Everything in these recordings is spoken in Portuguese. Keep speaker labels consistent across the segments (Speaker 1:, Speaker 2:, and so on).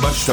Speaker 1: baixo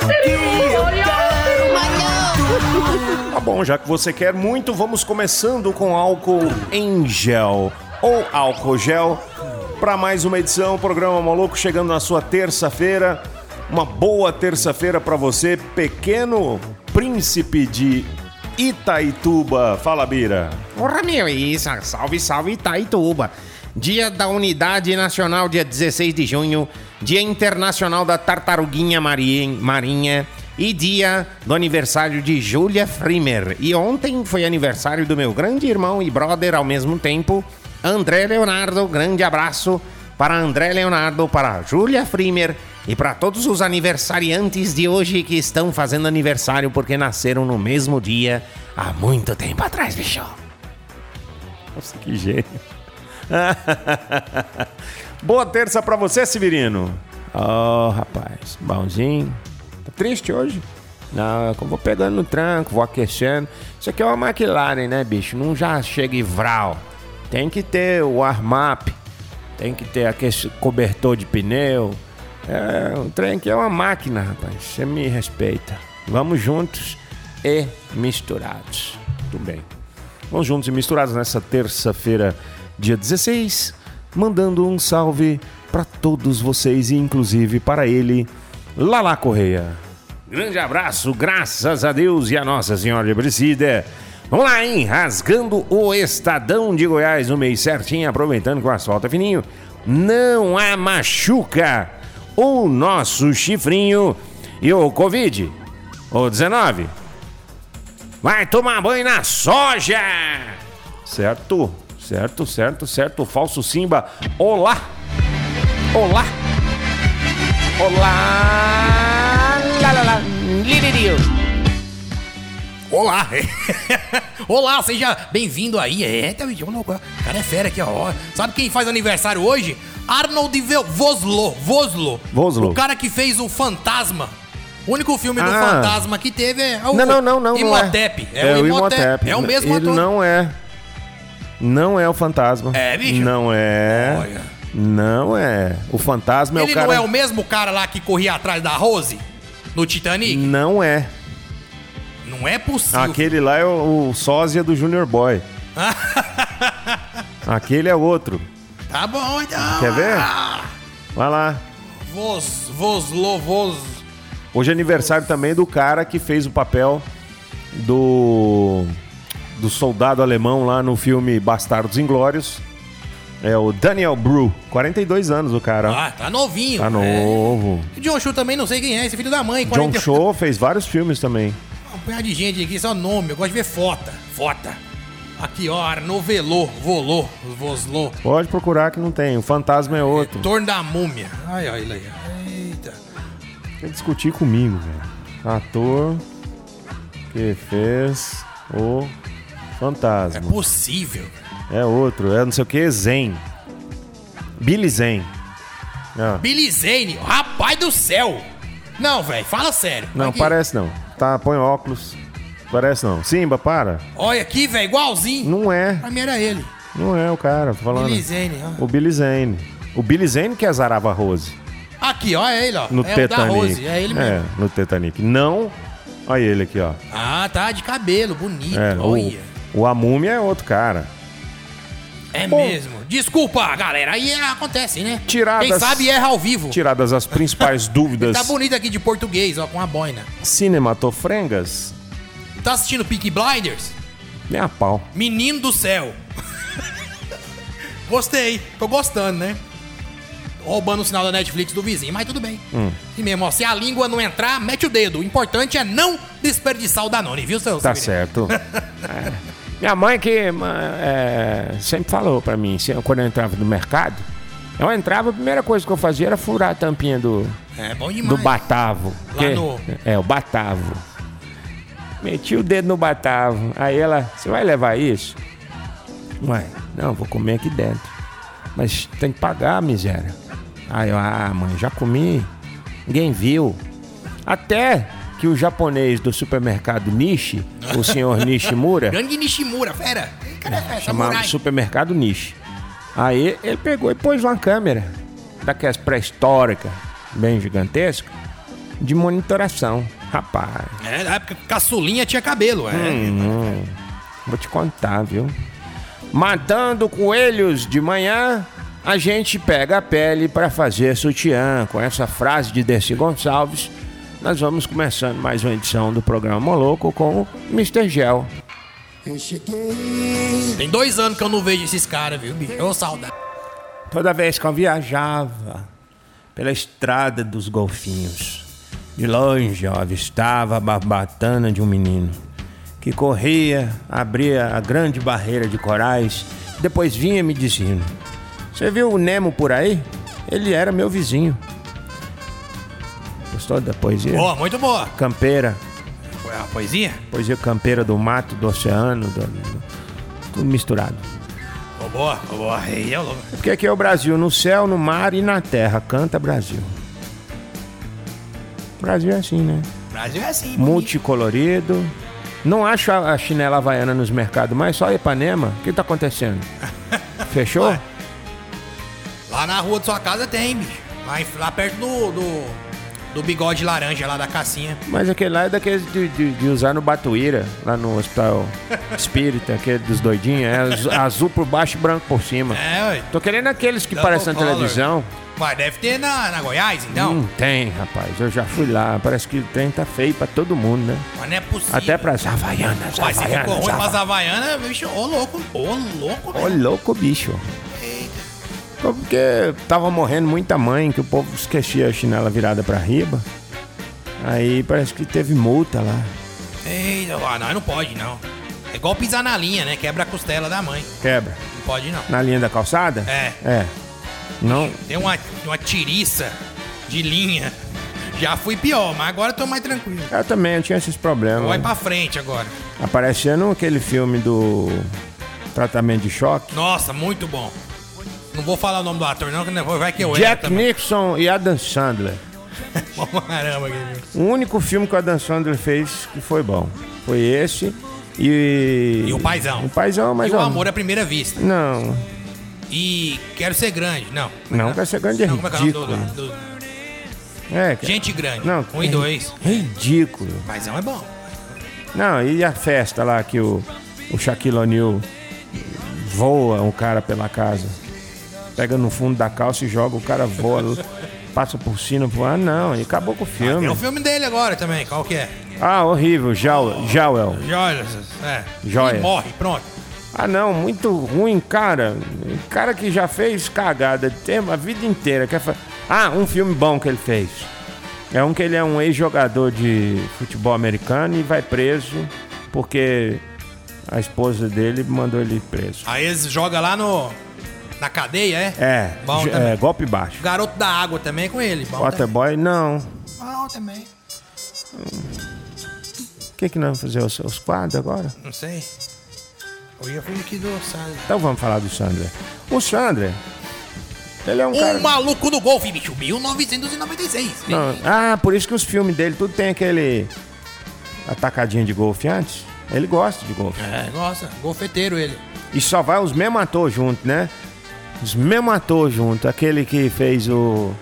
Speaker 1: que eu quero muito. Tá bom, já que você quer muito, vamos começando com álcool em gel ou álcool gel. Para mais uma edição, programa maluco chegando na sua terça-feira. Uma boa terça-feira para você, pequeno príncipe de Itaituba. Fala, Bira.
Speaker 2: Porra, meu, isso, salve, salve Itaituba. Dia da Unidade Nacional, dia 16 de junho, Dia Internacional da Tartaruguinha Mari- Marinha e dia do aniversário de Julia Frimer. E ontem foi aniversário do meu grande irmão e brother ao mesmo tempo, André Leonardo. Grande abraço para André Leonardo, para Julia Frimer e para todos os aniversariantes de hoje que estão fazendo aniversário porque nasceram no mesmo dia há muito tempo atrás, bicho.
Speaker 1: Nossa, que gênio. boa terça para você, Severino. Oh, rapaz, bonzinho. Tá triste hoje? Não, é eu vou pegando no tranco, vou aquecendo. Isso aqui é uma McLaren, né, bicho? Não já chega e vral. Tem que ter o armap, tem que ter aquele cobertor de pneu. É, o trem aqui é uma máquina, rapaz. Você me respeita. Vamos juntos e misturados. Tudo bem. Vamos juntos e misturados nessa terça-feira, dia 16, mandando um salve para todos vocês e inclusive para ele, Lala Correia. Grande abraço, graças a Deus e a Nossa Senhora de Aparecida. Vamos lá, hein? Rasgando o Estadão de Goiás no mês certinho, aproveitando que o asfalto é fininho. Não há machuca o nosso chifrinho e o Covid, o 19. Vai tomar Ah, banho na soja! Certo, certo, certo, certo. Falso Simba, olá! Olá! Olá! Lá, lá, lá. Liririu.
Speaker 3: Olá! Olá, seja bem-vindo aí. É, um Eita, bicho, olha o cara é fera aqui, ó. Sabe quem faz aniversário hoje? Arnold Ve- Voslo. Voslo.
Speaker 1: Voslo.
Speaker 3: O cara que fez o Fantasma. O único filme do
Speaker 1: Ah.
Speaker 3: Fantasma que teve é o
Speaker 1: Não, não, não, não. não
Speaker 3: Imhotep.
Speaker 1: É, é o Imhotep.
Speaker 3: É o mesmo
Speaker 1: Ele
Speaker 3: ator.
Speaker 1: não é. Não é o fantasma.
Speaker 3: É, bicho?
Speaker 1: Não é.
Speaker 3: Olha.
Speaker 1: Não é. O fantasma é
Speaker 3: Ele
Speaker 1: o cara.
Speaker 3: não é o mesmo cara lá que corria atrás da Rose no Titanic?
Speaker 1: Não é. Hum.
Speaker 3: Não é possível.
Speaker 1: Aquele lá é o, o sósia do Junior Boy. Aquele é outro.
Speaker 3: Tá bom, então.
Speaker 1: Quer ver? Vai lá.
Speaker 3: Vos, Voslo, Vos...
Speaker 1: Hoje é aniversário também do cara que fez o papel do do soldado alemão lá no filme Bastardos Inglórios. É o Daniel Bru, 42 anos o cara. ó.
Speaker 3: Ah, tá novinho.
Speaker 1: tá novo.
Speaker 3: É. John Chu também não sei quem é, esse filho da mãe.
Speaker 1: John
Speaker 3: 40
Speaker 1: Cho fez vários filmes também.
Speaker 3: Um punhado de gente aqui, só nome. Eu gosto de ver fota. Fota. Aqui, ó, novelô, volô, voslô.
Speaker 1: Pode procurar que não tem. O fantasma é outro.
Speaker 3: Torno da múmia. Ai, ai, ele aí. Eita.
Speaker 1: É. Tem que discutir comigo, velho. Ator que fez o
Speaker 3: É
Speaker 1: fantasma.
Speaker 3: possível.
Speaker 1: É outro. É não sei o que, Zen. Billy Zen. Ah.
Speaker 3: Billy Zane, rapaz do céu. Não, velho, fala sério.
Speaker 1: Não,
Speaker 3: Aqui.
Speaker 1: parece não. Tá, põe óculos. Parece não. Simba, para.
Speaker 3: Olha aqui, velho, igualzinho.
Speaker 1: Não é.
Speaker 3: Pra mim era ele.
Speaker 1: Não é o cara, tô falando.
Speaker 3: Billy Zane, ó.
Speaker 1: O Billy Zane. O Billy Zane que é azarava a Rose
Speaker 3: Aqui, ó, é ele, ó.
Speaker 1: no
Speaker 3: é
Speaker 1: Titanic.
Speaker 3: o da Rose, é ele mesmo.
Speaker 1: no Titanic. Não. Olha ele aqui, ó.
Speaker 3: Ah, tá, de cabelo, bonito,
Speaker 1: É,
Speaker 3: olha.
Speaker 1: o, o Amúmia é outro cara.
Speaker 3: É mesmo. Desculpa, galera, aí é- acontece, né?
Speaker 1: Tiradas-
Speaker 3: Quem sabe erra ao vivo.
Speaker 1: Tiradas as principais dúvidas
Speaker 3: Tá bonito aqui de português, ó, com a boina.
Speaker 1: cinematofrengas,
Speaker 3: Tá assistindo Peak Blinders?
Speaker 1: nem a pau.
Speaker 3: Menino do céu. Gostei. Tô gostando, né? Roubando o sinal da Netflix do vizinho, mas tudo bem. E mesmo, ó, se a língua não entrar, mete o dedo. O importante é não desperdiçar o Danone, viu, seu
Speaker 1: Tá
Speaker 3: seu-
Speaker 1: certo. É. Minha mãe que ma- é, sempre falou pra mim, se- quando eu entrava no mercado,
Speaker 2: Eu entrava, a primeira coisa que eu fazia era furar a tampinha do,
Speaker 3: É bom
Speaker 2: do
Speaker 3: demais.
Speaker 2: batavo. porque-
Speaker 3: no-
Speaker 2: É, o batavo. Meti o dedo no batavo. Aí ela, você vai levar isso? Ué, não, vou comer aqui dentro. Mas tem que pagar, miséria. Aí eu, ah, mãe, já comi. Ninguém viu. Até que o japonês do supermercado Nishi, o senhor Nishimura,
Speaker 3: Grande Nishimura, fera. Cara, é fera,
Speaker 2: chamado
Speaker 3: samurai.
Speaker 2: Supermercado Niche. Aí ele pegou e pôs uma câmera, daquelas pré-históricas, bem gigantesca, de monitoração. Rapaz,
Speaker 3: É, na época que caçulinha tinha cabelo, é.
Speaker 2: vou te contar, viu? Matando coelhos de manhã, a gente pega a pele para fazer sutiã. Com essa frase de Dercy Gonçalves, nós vamos começando mais uma edição do programa Moloco com o Mr. Gel.
Speaker 3: Tem dois anos que eu não vejo esses caras, viu, bicho? Ô, saudade.
Speaker 2: Toda vez que eu viajava pela estrada dos golfinhos, de longe eu avistava a barbatana de um menino que corria, abria a grande barreira de corais, depois vinha me dizendo: Você viu o Nemo por aí? Ele era meu vizinho. Gostou da poesia?
Speaker 3: Boa, muito boa.
Speaker 2: Campeira,
Speaker 3: Foi a poesia?
Speaker 2: poesia campeira do mato, do oceano, do- do- tudo misturado.
Speaker 3: Ô, boa, ô, boa. Ei, eu...
Speaker 2: Porque aqui é o Brasil, no céu, no mar e na terra. Canta Brasil. Brasil é assim, né?
Speaker 3: Brasil é assim, bonito.
Speaker 2: Multicolorido. Não acho a a chinela havaiana nos mercados, mas só Ipanema. O que tá acontecendo? Fechou?
Speaker 3: Lá na rua de sua casa tem, bicho. Lá, em- lá perto do, do. do bigode laranja lá da cassinha.
Speaker 2: Mas aquele lá é daqueles de, de- de usar no Batuíra, lá no hospital espírita, aquele dos doidinhos. É az- azul por baixo e branco por cima.
Speaker 3: É, ué.
Speaker 2: Tô querendo aqueles que
Speaker 3: Double
Speaker 2: parecem na
Speaker 3: color.
Speaker 2: televisão.
Speaker 3: Mas deve ter na, na Goiás, então.
Speaker 2: Não tem, rapaz. Eu já fui lá. Parece que o trem tá feio pra todo mundo, né?
Speaker 3: Mas não é possível.
Speaker 2: Até pras havaianas,
Speaker 3: Mas se ficou
Speaker 2: havaianas, tá
Speaker 3: ruim
Speaker 2: hava-
Speaker 3: pras Havaianas, bicho, ô louco, ô louco,
Speaker 2: Ô, louco, bicho. Só Porque tava morrendo muita mãe, que o povo esquecia a chinela virada pra riba. Aí parece que teve multa lá.
Speaker 3: Eita, ah, não, não pode não. É igual pisar na linha, né? Quebra a costela da mãe.
Speaker 2: Quebra.
Speaker 3: Não pode não.
Speaker 2: Na linha da calçada?
Speaker 3: É.
Speaker 2: É. Não.
Speaker 3: Tem uma, uma tiriça de linha. Já fui pior, mas agora eu tô mais tranquilo.
Speaker 2: Eu também, eu tinha esses
Speaker 3: Vai
Speaker 2: problemas.
Speaker 3: pra frente agora.
Speaker 2: Aparecendo aquele filme do tratamento de choque.
Speaker 3: Nossa, muito bom. Não vou falar o nome do ator, não, que não- vai que eu
Speaker 2: Jack
Speaker 3: erro.
Speaker 2: Nixon e Adam Sandler.
Speaker 3: Jack Caramba, que-
Speaker 2: O único filme que o Adam Sandler fez que foi bom. Foi esse e.
Speaker 3: E o Paizão.
Speaker 2: O Paizão, mas.
Speaker 3: E o
Speaker 2: ó,
Speaker 3: amor à primeira vista.
Speaker 2: Não,
Speaker 3: E quero ser grande. Não.
Speaker 2: não, quer ser grande é
Speaker 3: Não, como é que é o
Speaker 2: ridículo.
Speaker 3: nome do- do- do-
Speaker 2: É, cara.
Speaker 3: Gente grande.
Speaker 2: Não,
Speaker 3: um e
Speaker 2: é
Speaker 3: dois.
Speaker 2: Ridículo.
Speaker 3: Mas é bom.
Speaker 2: Não, e a festa lá que o, o Shaquille O'Neal voa um cara pela casa. Pega no fundo da calça e joga, o cara voa, passa por cima, voa. Ah, não, e acabou com o
Speaker 3: Tem É o
Speaker 2: filme.
Speaker 3: filme dele agora também, qual que é?
Speaker 2: Ah, horrível, Jau- Jawel.
Speaker 3: Joias. É.
Speaker 2: Joias.
Speaker 3: E morre, pronto.
Speaker 2: Ah, não, muito ruim, cara. Cara que já fez cagada tem a vida inteira. Quer fa... Ah, um filme bom que ele fez. É um que ele é um ex-jogador de futebol americano e vai preso porque a esposa dele mandou ele ir preso.
Speaker 3: Aí eles jogam lá no. Na cadeia, é?
Speaker 2: É,
Speaker 3: Bom
Speaker 2: ju-
Speaker 3: também.
Speaker 2: é golpe baixo.
Speaker 3: Garoto da água também com ele. Bom também.
Speaker 2: Waterboy, não. O
Speaker 3: Bom também.
Speaker 2: que que nós vamos fazer? Os, os quadros agora?
Speaker 3: Não sei. Eu ia falar aqui do Sandro.
Speaker 2: Então vamos falar do Sandra. O Sandra, ele é um cara...
Speaker 3: Um maluco no golfe, bicho. 1996.
Speaker 2: Não, Ah, por isso que os filmes dele tudo tem aquele atacadinho de golfe antes. Ele gosta de golfe.
Speaker 3: É, nossa, golfeteiro ele.
Speaker 2: E só vai os mesmos atores junto, né? Os mesmos atores junto. Aquele que fez o.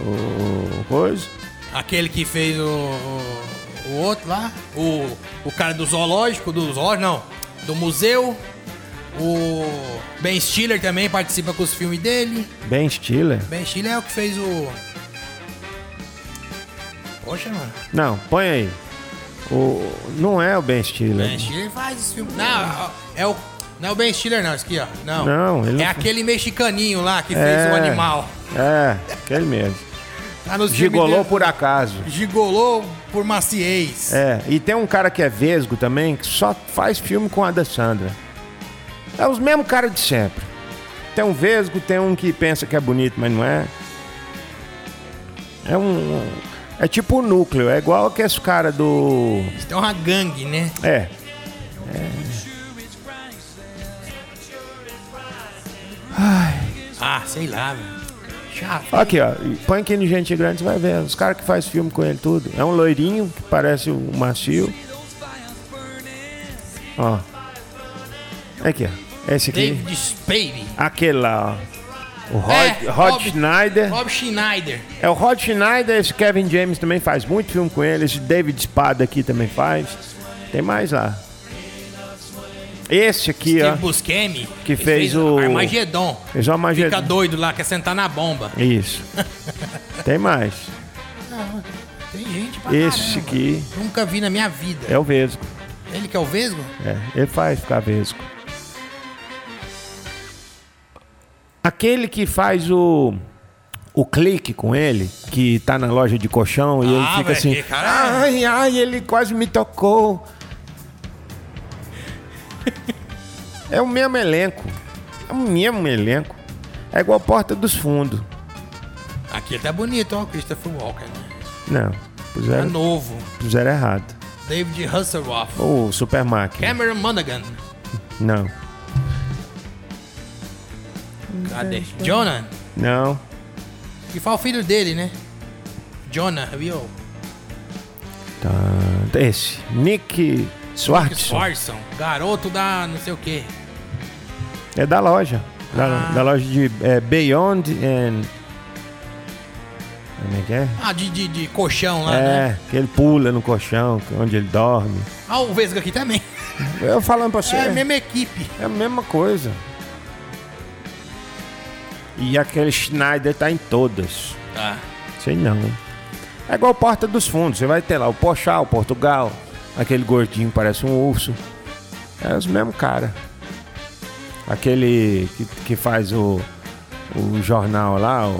Speaker 2: O. Coisa.
Speaker 3: Aquele que fez o. O, o outro lá. O, o cara do zoológico, do zoológico, não. Do museu. O Ben Stiller também participa com os filmes dele.
Speaker 2: Ben Stiller.
Speaker 3: Ben Stiller é o que fez o. Poxa, mano.
Speaker 2: Não, põe aí. O... Não é o Ben Stiller.
Speaker 3: Ben Stiller faz esse filme. Não, é o. Não é o Ben Stiller, não, esse aqui, ó. Não.
Speaker 2: Não, ele
Speaker 3: é
Speaker 2: não-
Speaker 3: aquele mexicaninho lá que
Speaker 2: É.
Speaker 3: fez o animal.
Speaker 2: É, aquele mesmo.
Speaker 3: Tá nos filmes
Speaker 2: Gigolou
Speaker 3: dele.
Speaker 2: por acaso.
Speaker 3: Gigolou por maciez.
Speaker 2: É, e tem um cara que é vesgo também, que só faz filme com a Ada Sandra. É os mesmos caras de sempre. tem um vesgo, tem um que pensa que é bonito, mas não é. É um. É tipo o núcleo, é igual aqueles cara do.
Speaker 3: Tem é uma gangue, né?
Speaker 2: É.
Speaker 3: Ah, sei lá, velho. Chato.
Speaker 2: Aqui, ó. e Põe aqui no Gente Grande, você vai ver. Os caras que faz filme com ele tudo. É um loirinho, que parece um macio. Ó. É Aqui, ó. Esse aqui.
Speaker 3: David Spade.
Speaker 2: Aquele lá, ó. O Rod,
Speaker 3: É,
Speaker 2: Rod
Speaker 3: Rob-
Speaker 2: Schneider.
Speaker 3: Rob Schneider.
Speaker 2: É o Rod Schneider, esse Kevin James também faz muito filme com ele, esse David Spada aqui também faz. Tem mais lá. Esse aqui, ó.
Speaker 3: Steve Buscemi.
Speaker 2: Que
Speaker 3: Ele
Speaker 2: fez o-
Speaker 3: Armagedon.
Speaker 2: Fez o Armagedon.
Speaker 3: Fica doido lá, quer sentar na bomba.
Speaker 2: Isso. Tem mais.
Speaker 3: Tem gente pra
Speaker 2: Esse
Speaker 3: caramba.
Speaker 2: aqui
Speaker 3: Nunca vi na minha vida.
Speaker 2: é o Vesgo.
Speaker 3: Ele que é o Vesgo?
Speaker 2: É, ele faz ficar vesgo. Aquele que faz o. O clique com ele, que tá na loja de colchão e ele fica
Speaker 3: Ah, velho,
Speaker 2: assim.
Speaker 3: que cara-
Speaker 2: Ai, ai, ele quase me tocou. é o mesmo elenco. É o mesmo elenco. É igual Porta dos Fundos.
Speaker 3: Aqui ele tá bonito, ó, o Christopher Walker. Né?
Speaker 2: Não, é.
Speaker 3: Tá
Speaker 2: puseram,
Speaker 3: novo.
Speaker 2: puseram errado.
Speaker 3: David Hasselhoff.
Speaker 2: Ou Super Máquina.
Speaker 3: Cameron Monaghan.
Speaker 2: Não,
Speaker 3: Cadê? Jonah.
Speaker 2: não.
Speaker 3: E fala o filho dele, né? Jonah, viu?
Speaker 2: Tá, Esse. Nick Swartz.
Speaker 3: Swarson. Garoto da não sei o quê.
Speaker 2: É da loja. Da,
Speaker 3: Ah.
Speaker 2: da loja de é, Beyond and. Como é que é?
Speaker 3: Ah, de, de, de colchão lá, né?
Speaker 2: É, que ele pula no colchão, que- é onde ele dorme.
Speaker 3: Ah, o Vesgo aqui também.
Speaker 2: Eu falando pra você,
Speaker 3: É a
Speaker 2: é,
Speaker 3: mesma equipe.
Speaker 2: a mesma coisa. E aquele Schneider tá em todas.
Speaker 3: Tá.
Speaker 2: Sei não. É igual Porta dos Fundos, você vai ter lá Ah, o Pochal, Portugal, aquele gordinho que parece um urso. É os mesmos cara. Aquele que, que faz o, o jornal lá, o,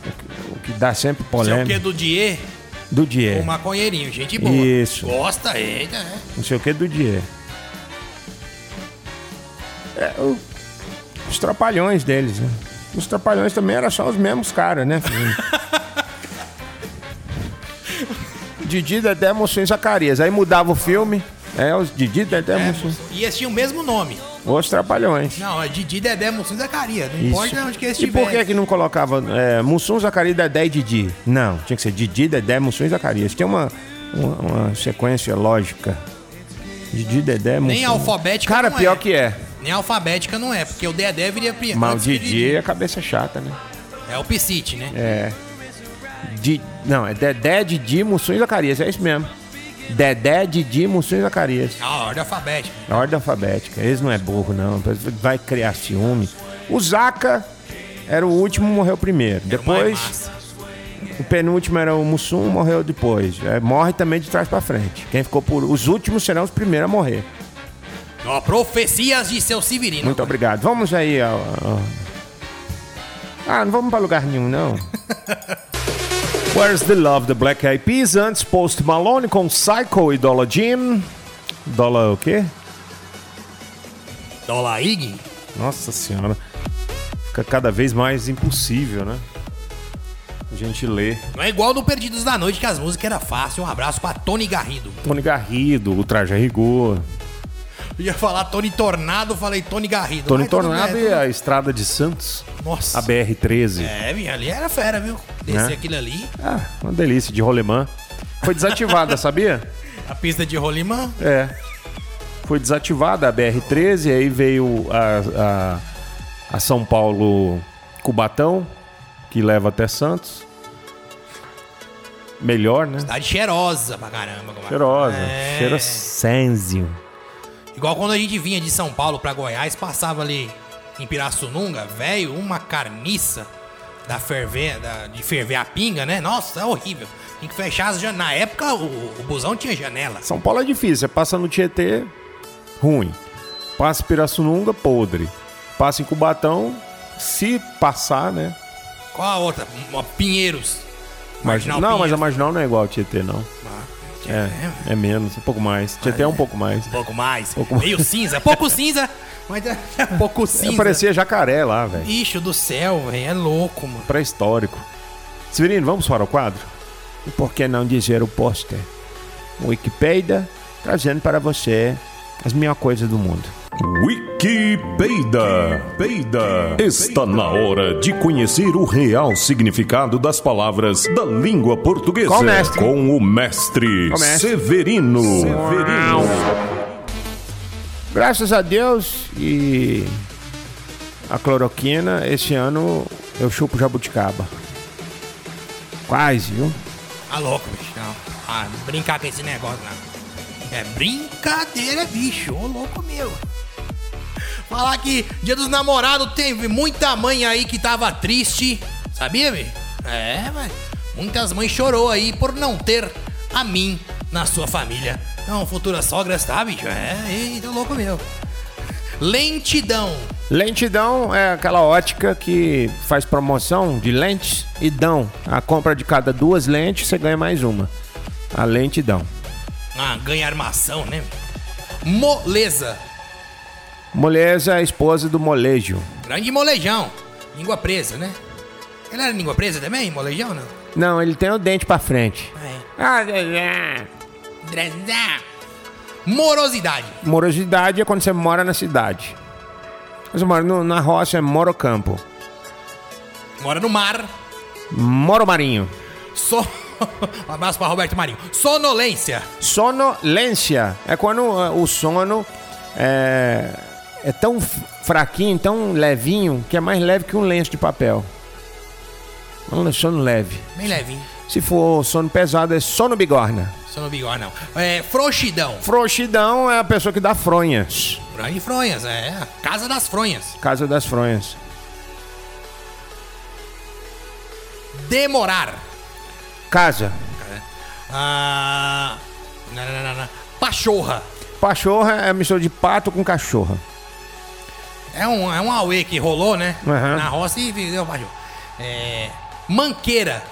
Speaker 2: o que- o que dá sempre
Speaker 3: Você é o
Speaker 2: polêmica.
Speaker 3: que do Dier?
Speaker 2: Do Dier.
Speaker 3: O maconheirinho, gente boa.
Speaker 2: Isso.
Speaker 3: Gosta, eita, né?
Speaker 2: Não sei o que do Dier. É, o- os trapalhões deles, né? Os trapalhões também eram só os mesmos caras, né? filho? Didi, Dedé, Mocinho e Zacarias. Aí mudava o filme. É, os Didi, Dedé, Mocinho.
Speaker 3: E eles tinham o mesmo nome.
Speaker 2: Os trapalhões.
Speaker 3: Não, é Didi, Dedé, Mussum e Zacarias. Não importa onde que é eles
Speaker 2: e por que
Speaker 3: estiverem.
Speaker 2: que não colocava é, Mussum, Zacarias, Dedé e Didi? Não, tinha que ser Didi, Dedé, Mussum e Zacarias. Tem uma, uma, uma sequência lógica. Didi, Dedé, Mussum.
Speaker 3: Nem alfabética
Speaker 2: Cara,
Speaker 3: não
Speaker 2: pior
Speaker 3: é.
Speaker 2: que é.
Speaker 3: Nem alfabética não é, porque o Dedé viria primeiro.
Speaker 2: Mas o
Speaker 3: antes que
Speaker 2: Didi é cabeça chata, né?
Speaker 3: É o Piscite, né?
Speaker 2: É. Di... Não, é Dedé, Didi, Mussum e Zacarias. É isso mesmo. Dedé, Didi, Mussum e Zacarias.
Speaker 3: A ordem alfabética.
Speaker 2: Na ordem alfabética. Eles não é burro, não. Vai criar ciúme. O Zaca era o último, morreu primeiro. Depois,
Speaker 3: Mas,
Speaker 2: o penúltimo era o Mussum, morreu depois. É, morre também de trás pra frente. Quem ficou por... Os últimos serão os primeiros a morrer.
Speaker 3: ó, profecias de seu Severino.
Speaker 2: Muito obrigado. Vamos aí, ó. ó. Ah, não vamos pra lugar nenhum, não. Where's the Love, The Black Eyed Peas, antes Post Malone com Psycho e Dollar Jim. Dollar o quê?
Speaker 3: Dolaig?
Speaker 2: Nossa senhora. Fica cada vez mais impossível, né? A gente lê.
Speaker 3: Não é igual do Perdidos da Noite, que as músicas eram fáceis. Um abraço pra Tony Garrido.
Speaker 2: Tony Garrido, o Traje a Rigor.
Speaker 3: Eu ia falar Tony Tornado, falei Tony Garrido.
Speaker 2: Tony
Speaker 3: Mas tudo
Speaker 2: Tornado
Speaker 3: bem,
Speaker 2: e a Estrada de Santos,
Speaker 3: Nossa.
Speaker 2: a BR-13.
Speaker 3: É, minha, ali era fera, viu? Descer
Speaker 2: Né?
Speaker 3: aquilo ali,
Speaker 2: Ah, uma delícia de rolemã. Foi desativada, sabia?
Speaker 3: a pista de rolimã.
Speaker 2: É. Foi desativada a BR-13, aí veio a, a, a São Paulo Cubatão, que leva até Santos. Melhor, né?
Speaker 3: Tá de cheirosa pra caramba. comadre.
Speaker 2: Cheirosa.
Speaker 3: É.
Speaker 2: Cheira sênzio.
Speaker 3: Igual quando a gente vinha de São Paulo pra Goiás, passava ali em Pirassununga, velho, uma carniça da ferver, da- de ferver a pinga, né? Nossa, é horrível. Tem que fechar as janelas. Na época, o, o busão tinha janela.
Speaker 2: São Paulo é difícil. Você passa no Tietê, ruim. Passa em Pirassununga, podre. Passa em Cubatão, se passar, né?
Speaker 3: Qual a outra? Uma Pinheiros.
Speaker 2: Mas,
Speaker 3: Marginal
Speaker 2: não, mas a
Speaker 3: Pinheiros.
Speaker 2: marginal não é igual ao Tietê, não. É, é menos, um pouco mais. Tietê é um pouco mais.
Speaker 3: É, Um pouco mais.
Speaker 2: Pouco mais. É
Speaker 3: Meio cinza. Pouco cinza, Mas daqui a pouco o cinza.
Speaker 2: Parecia jacaré lá, velho.
Speaker 3: Ixi, do céu, velho. É louco, mano.
Speaker 2: pré-histórico. Severino, vamos para o quadro? E por que não dizer o pôster? O Wikipedia trazendo para você as melhores coisas do mundo.
Speaker 4: Wiki Peida. Peida. Está na hora de conhecer o real significado das palavras da língua portuguesa
Speaker 2: Com o mestre.
Speaker 4: com o mestre
Speaker 2: o mestre.
Speaker 4: Severino. Severino.
Speaker 2: Graças a Deus e a cloroquina, esse ano eu chupo jabuticaba. Quase, viu?
Speaker 3: Tá louco, bicho. Não. Ah, não brincar com esse negócio, não. É brincadeira, bicho. Ô, louco meu. Falar que dia dos namorados teve muita mãe aí que tava triste. Sabia, velho? É, velho. Muitas mães chorou aí por não ter a mim na sua família. É Não, futuras sogras, tá, bicho? É, eita, louco meu. Lentidão.
Speaker 2: Lentidão é aquela ótica que faz promoção de lentes e dão. A compra de cada duas lentes, você ganha mais uma. A lentidão.
Speaker 3: Ah, ganha armação, né? Moleza.
Speaker 2: Moleza é a esposa do molejo.
Speaker 3: Grande molejão. Língua presa, né? Ele era língua presa também? Molejão, não?
Speaker 2: Não, ele tem o dente pra frente.
Speaker 3: É.
Speaker 2: Ah, é, é.
Speaker 3: Dresdá. Morosidade.
Speaker 2: Morosidade é quando você mora na cidade. Mas eu moro no- na roça, é morocampo.
Speaker 3: Mora no mar.
Speaker 2: Moro marinho.
Speaker 3: So... um abraço pra Roberto Marinho. Sonolência.
Speaker 2: Sonolência é quando ah, o sono é, é tão f- fraquinho, tão levinho, que é mais leve que um lenço de papel. É Um sono leve.
Speaker 3: Bem levinho.
Speaker 2: Se for sono pesado, é sono bigorna.
Speaker 3: Sono bigode, não. É, frouxidão.
Speaker 2: Frouxidão é a pessoa que dá fronhas.
Speaker 3: Grande fronhas, é. Casa das fronhas.
Speaker 2: Casa das fronhas.
Speaker 3: Demorar.
Speaker 2: Casa.
Speaker 3: Ah... Não, não, não, não. Pachorra.
Speaker 2: Pachorra é a mistura de pato com cachorra.
Speaker 3: É um, é um auê que rolou, né?
Speaker 2: Aham.
Speaker 3: Na roça e deu pachorra. É... Manqueira.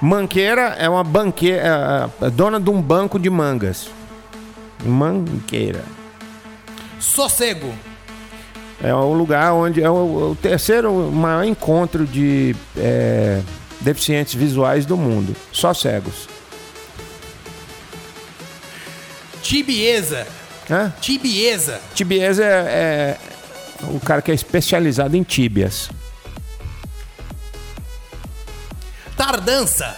Speaker 2: Manqueira é uma banqueira, é, é dona de um banco de mangas. Manqueira.
Speaker 3: Sossego.
Speaker 2: É o lugar onde é o, o terceiro maior encontro de é, deficientes visuais do mundo. Só cegos.
Speaker 3: Tibieza.
Speaker 2: Hã?
Speaker 3: Tibieza.
Speaker 2: Tibieza é, é o cara que é especializado em tíbias.
Speaker 3: Tardança.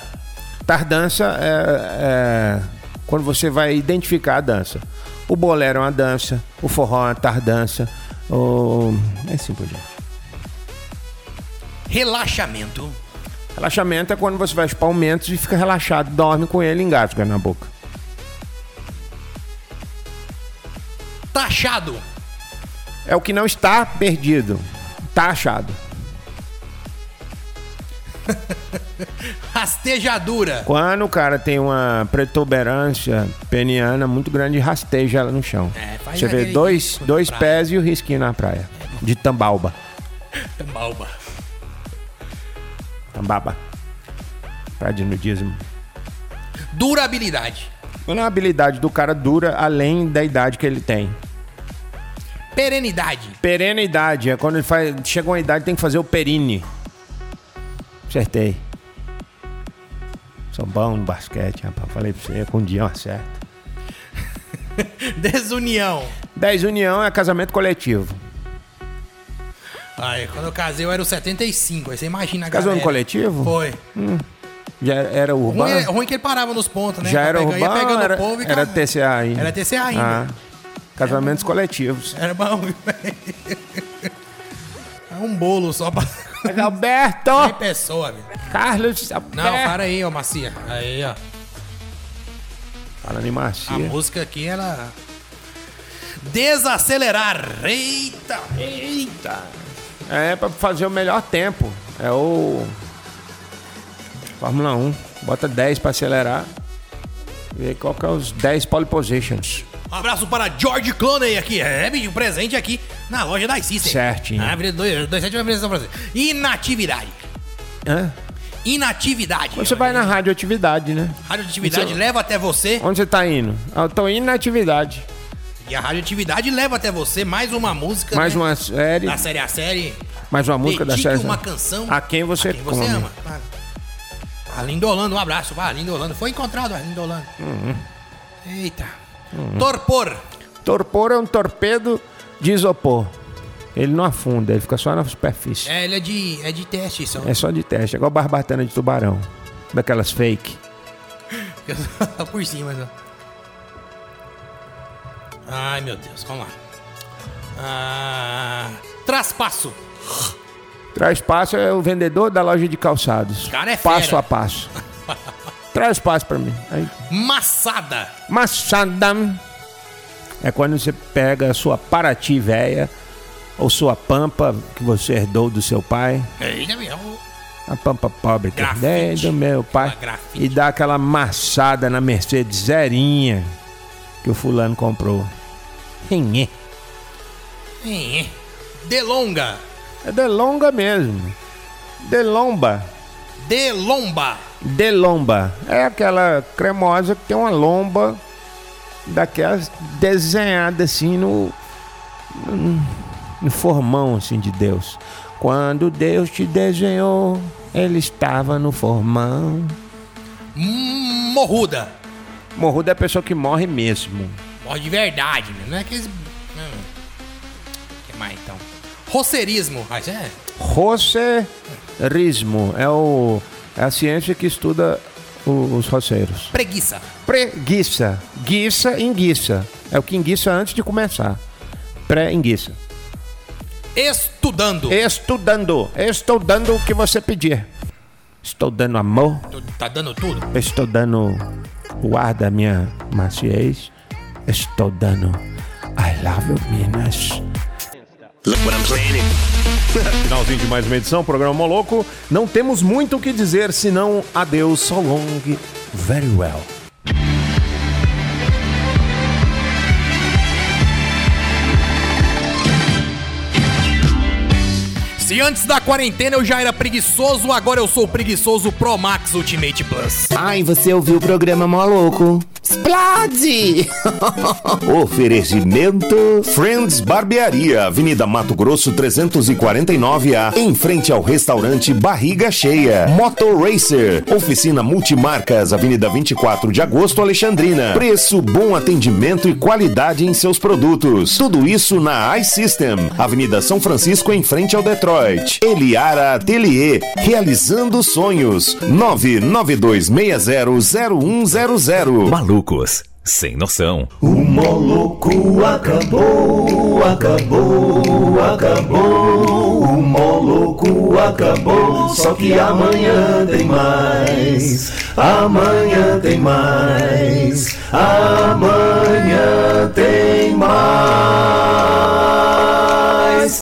Speaker 2: Tardança é, é quando você vai identificar a dança. O bolero é uma dança, o forró é uma tardança, o... é assim por diante.
Speaker 3: Relaxamento.
Speaker 2: Relaxamento é quando você vai chupar o mentos e fica relaxado, dorme com ele e engasga na boca.
Speaker 3: Taxado.
Speaker 2: É o que não está perdido, tá achado.
Speaker 3: Rastejadura.
Speaker 2: Quando o cara tem uma protuberância peniana muito grande, rasteja ela no chão.
Speaker 3: É, faz
Speaker 2: Você vê
Speaker 3: aquele
Speaker 2: dois,
Speaker 3: risco na
Speaker 2: dois
Speaker 3: praia.
Speaker 2: pés e o risquinho na praia. De tambalba.
Speaker 3: Tambalba.
Speaker 2: Tambaba. Praia de nudismo.
Speaker 3: Durabilidade.
Speaker 2: Quando a habilidade do cara dura além da idade que ele tem.
Speaker 3: Perenidade.
Speaker 2: Perenidade é quando ele faz, chega uma idade tem que fazer o perine. Acertei. Sou bom no basquete, rapaz. Falei pra você, com um dia eu acerto.
Speaker 3: Desunião.
Speaker 2: 10 união é casamento coletivo.
Speaker 3: Aí, quando eu casei, eu era o 75. Aí você imagina a
Speaker 2: Casou no
Speaker 3: galera.
Speaker 2: coletivo?
Speaker 3: Foi.
Speaker 2: Já era
Speaker 3: Ruim,
Speaker 2: urbano?
Speaker 3: é- ruim que ele parava nos pontos, né?
Speaker 2: Já
Speaker 3: Pra
Speaker 2: era
Speaker 3: pegar-
Speaker 2: urbano?
Speaker 3: Ia pegando
Speaker 2: era,
Speaker 3: o povo e
Speaker 2: era
Speaker 3: casava.
Speaker 2: TCA ainda. Ah.
Speaker 3: Era TCA ainda. É.
Speaker 2: casamentos coletivos.
Speaker 3: Era bom, viu? É um bolo só pra
Speaker 2: Mas Alberto!
Speaker 3: uma pessoa, velho.
Speaker 2: Carlos!
Speaker 3: Não, para aí, ô Macia. Aí, ó.
Speaker 2: Falando em
Speaker 3: A
Speaker 2: macia.
Speaker 3: música aqui, ela. Desacelerar. Eita! Eita!
Speaker 2: É pra fazer o melhor tempo. É o. Fórmula 1. Bota 10 pra acelerar. Vê qual que é os 10 pole positions.
Speaker 3: Um abraço para George Clooney aqui. É, bicho, presente aqui na loja da System.
Speaker 2: Certinho.
Speaker 3: Na Avenida 27 vai São Francisco. Inatividade.
Speaker 2: Hã?
Speaker 3: Inatividade.
Speaker 2: Você vai na radioatividade, né?
Speaker 3: Radioatividade
Speaker 2: Você-
Speaker 3: leva até você.
Speaker 2: Onde você tá indo? Ah, eu tô indo na atividade.
Speaker 3: E a radioatividade leva até você mais uma música.
Speaker 2: Mais
Speaker 3: né?
Speaker 2: uma série,
Speaker 3: Da série a série.
Speaker 2: mais uma música da
Speaker 3: Dedique
Speaker 2: série.
Speaker 3: uma canção
Speaker 2: A quem você,
Speaker 3: a quem você
Speaker 2: come.
Speaker 3: ama. Ah, A Lindolando, um abraço. Ah, Lindolando. Foi encontrado, a Lindolando.
Speaker 2: Uhum.
Speaker 3: Eita. Torpor.
Speaker 2: Torpor é um torpedo de isopor. Ele não afunda, ele fica só na superfície.
Speaker 3: É, ele é de, é de teste, isso.
Speaker 2: É só de teste, é igual barbatana de tubarão. Daquelas fake.
Speaker 3: Tá por cima, só. Ai, meu Deus, vamos lá. Ah, traspasso.
Speaker 2: Traz passo é o vendedor da loja de calçados.
Speaker 3: Cara é
Speaker 2: passo
Speaker 3: fera.
Speaker 2: a passo. Traz passo pra mim. Aí.
Speaker 3: Massada.
Speaker 2: Machada é quando você pega a sua Paraty véia ou sua pampa que você herdou do seu pai,
Speaker 3: Eita, meu.
Speaker 2: a pampa pobre que eu
Speaker 3: Grafite.
Speaker 2: herdei do meu pai,
Speaker 3: Uma grafite.
Speaker 2: e dá aquela machada na Mercedes zerinha que o fulano comprou. Quem é?
Speaker 3: É. Delonga.
Speaker 2: É delonga mesmo. Delomba.
Speaker 3: Delomba.
Speaker 2: Delomba. É aquela cremosa que tem uma lomba daquelas desenhada assim no, no formão assim de Deus. Quando Deus te desenhou, ele estava no formão.
Speaker 3: Hum, Morruda.
Speaker 2: Morrudo é a pessoa que morre mesmo.
Speaker 3: Morre de verdade, meu. Não é aqueles. Hum. que mais então? Roceirismo. Ah, isso é.
Speaker 2: Roceirismo é, o, é a ciência que estuda o- os roceiros.
Speaker 3: Preguiça.
Speaker 2: Preguiça. Guiça, enguiça. É o que enguiça antes de começar. Pré-enguiça.
Speaker 3: Estudando.
Speaker 2: Estudando. Estou dando o que você pedir. Estou dando amor.
Speaker 3: Tu Tá dando tudo?
Speaker 2: Estou dando o ar da minha maciez. Estou dando I love you, Minas.
Speaker 4: Finalzinho de mais uma edição, programa Moloco. Não temos muito o que dizer, senão adeus, so long, very well.
Speaker 3: Se antes da quarentena eu já era preguiçoso, agora eu sou o preguiçoso Pro Max Ultimate Plus.
Speaker 5: Ai, você ouviu o programa Mó Louco? Explode!
Speaker 1: Oferecimento Friends Barbearia, Avenida Mato Grosso 349A, em frente ao restaurante Barriga Cheia. Motor Racer, oficina multimarcas, Avenida 24 de Agosto, Alexandrina. Preço, bom atendimento e qualidade em seus produtos. Tudo isso na iSystem, Avenida São Francisco, em frente ao Detroit. Eliara Atelier, realizando sonhos. 992600100.
Speaker 6: Malucos, sem noção.
Speaker 1: O moloco acabou, acabou, acabou. O moloco acabou, só que amanhã tem mais. Amanhã tem mais.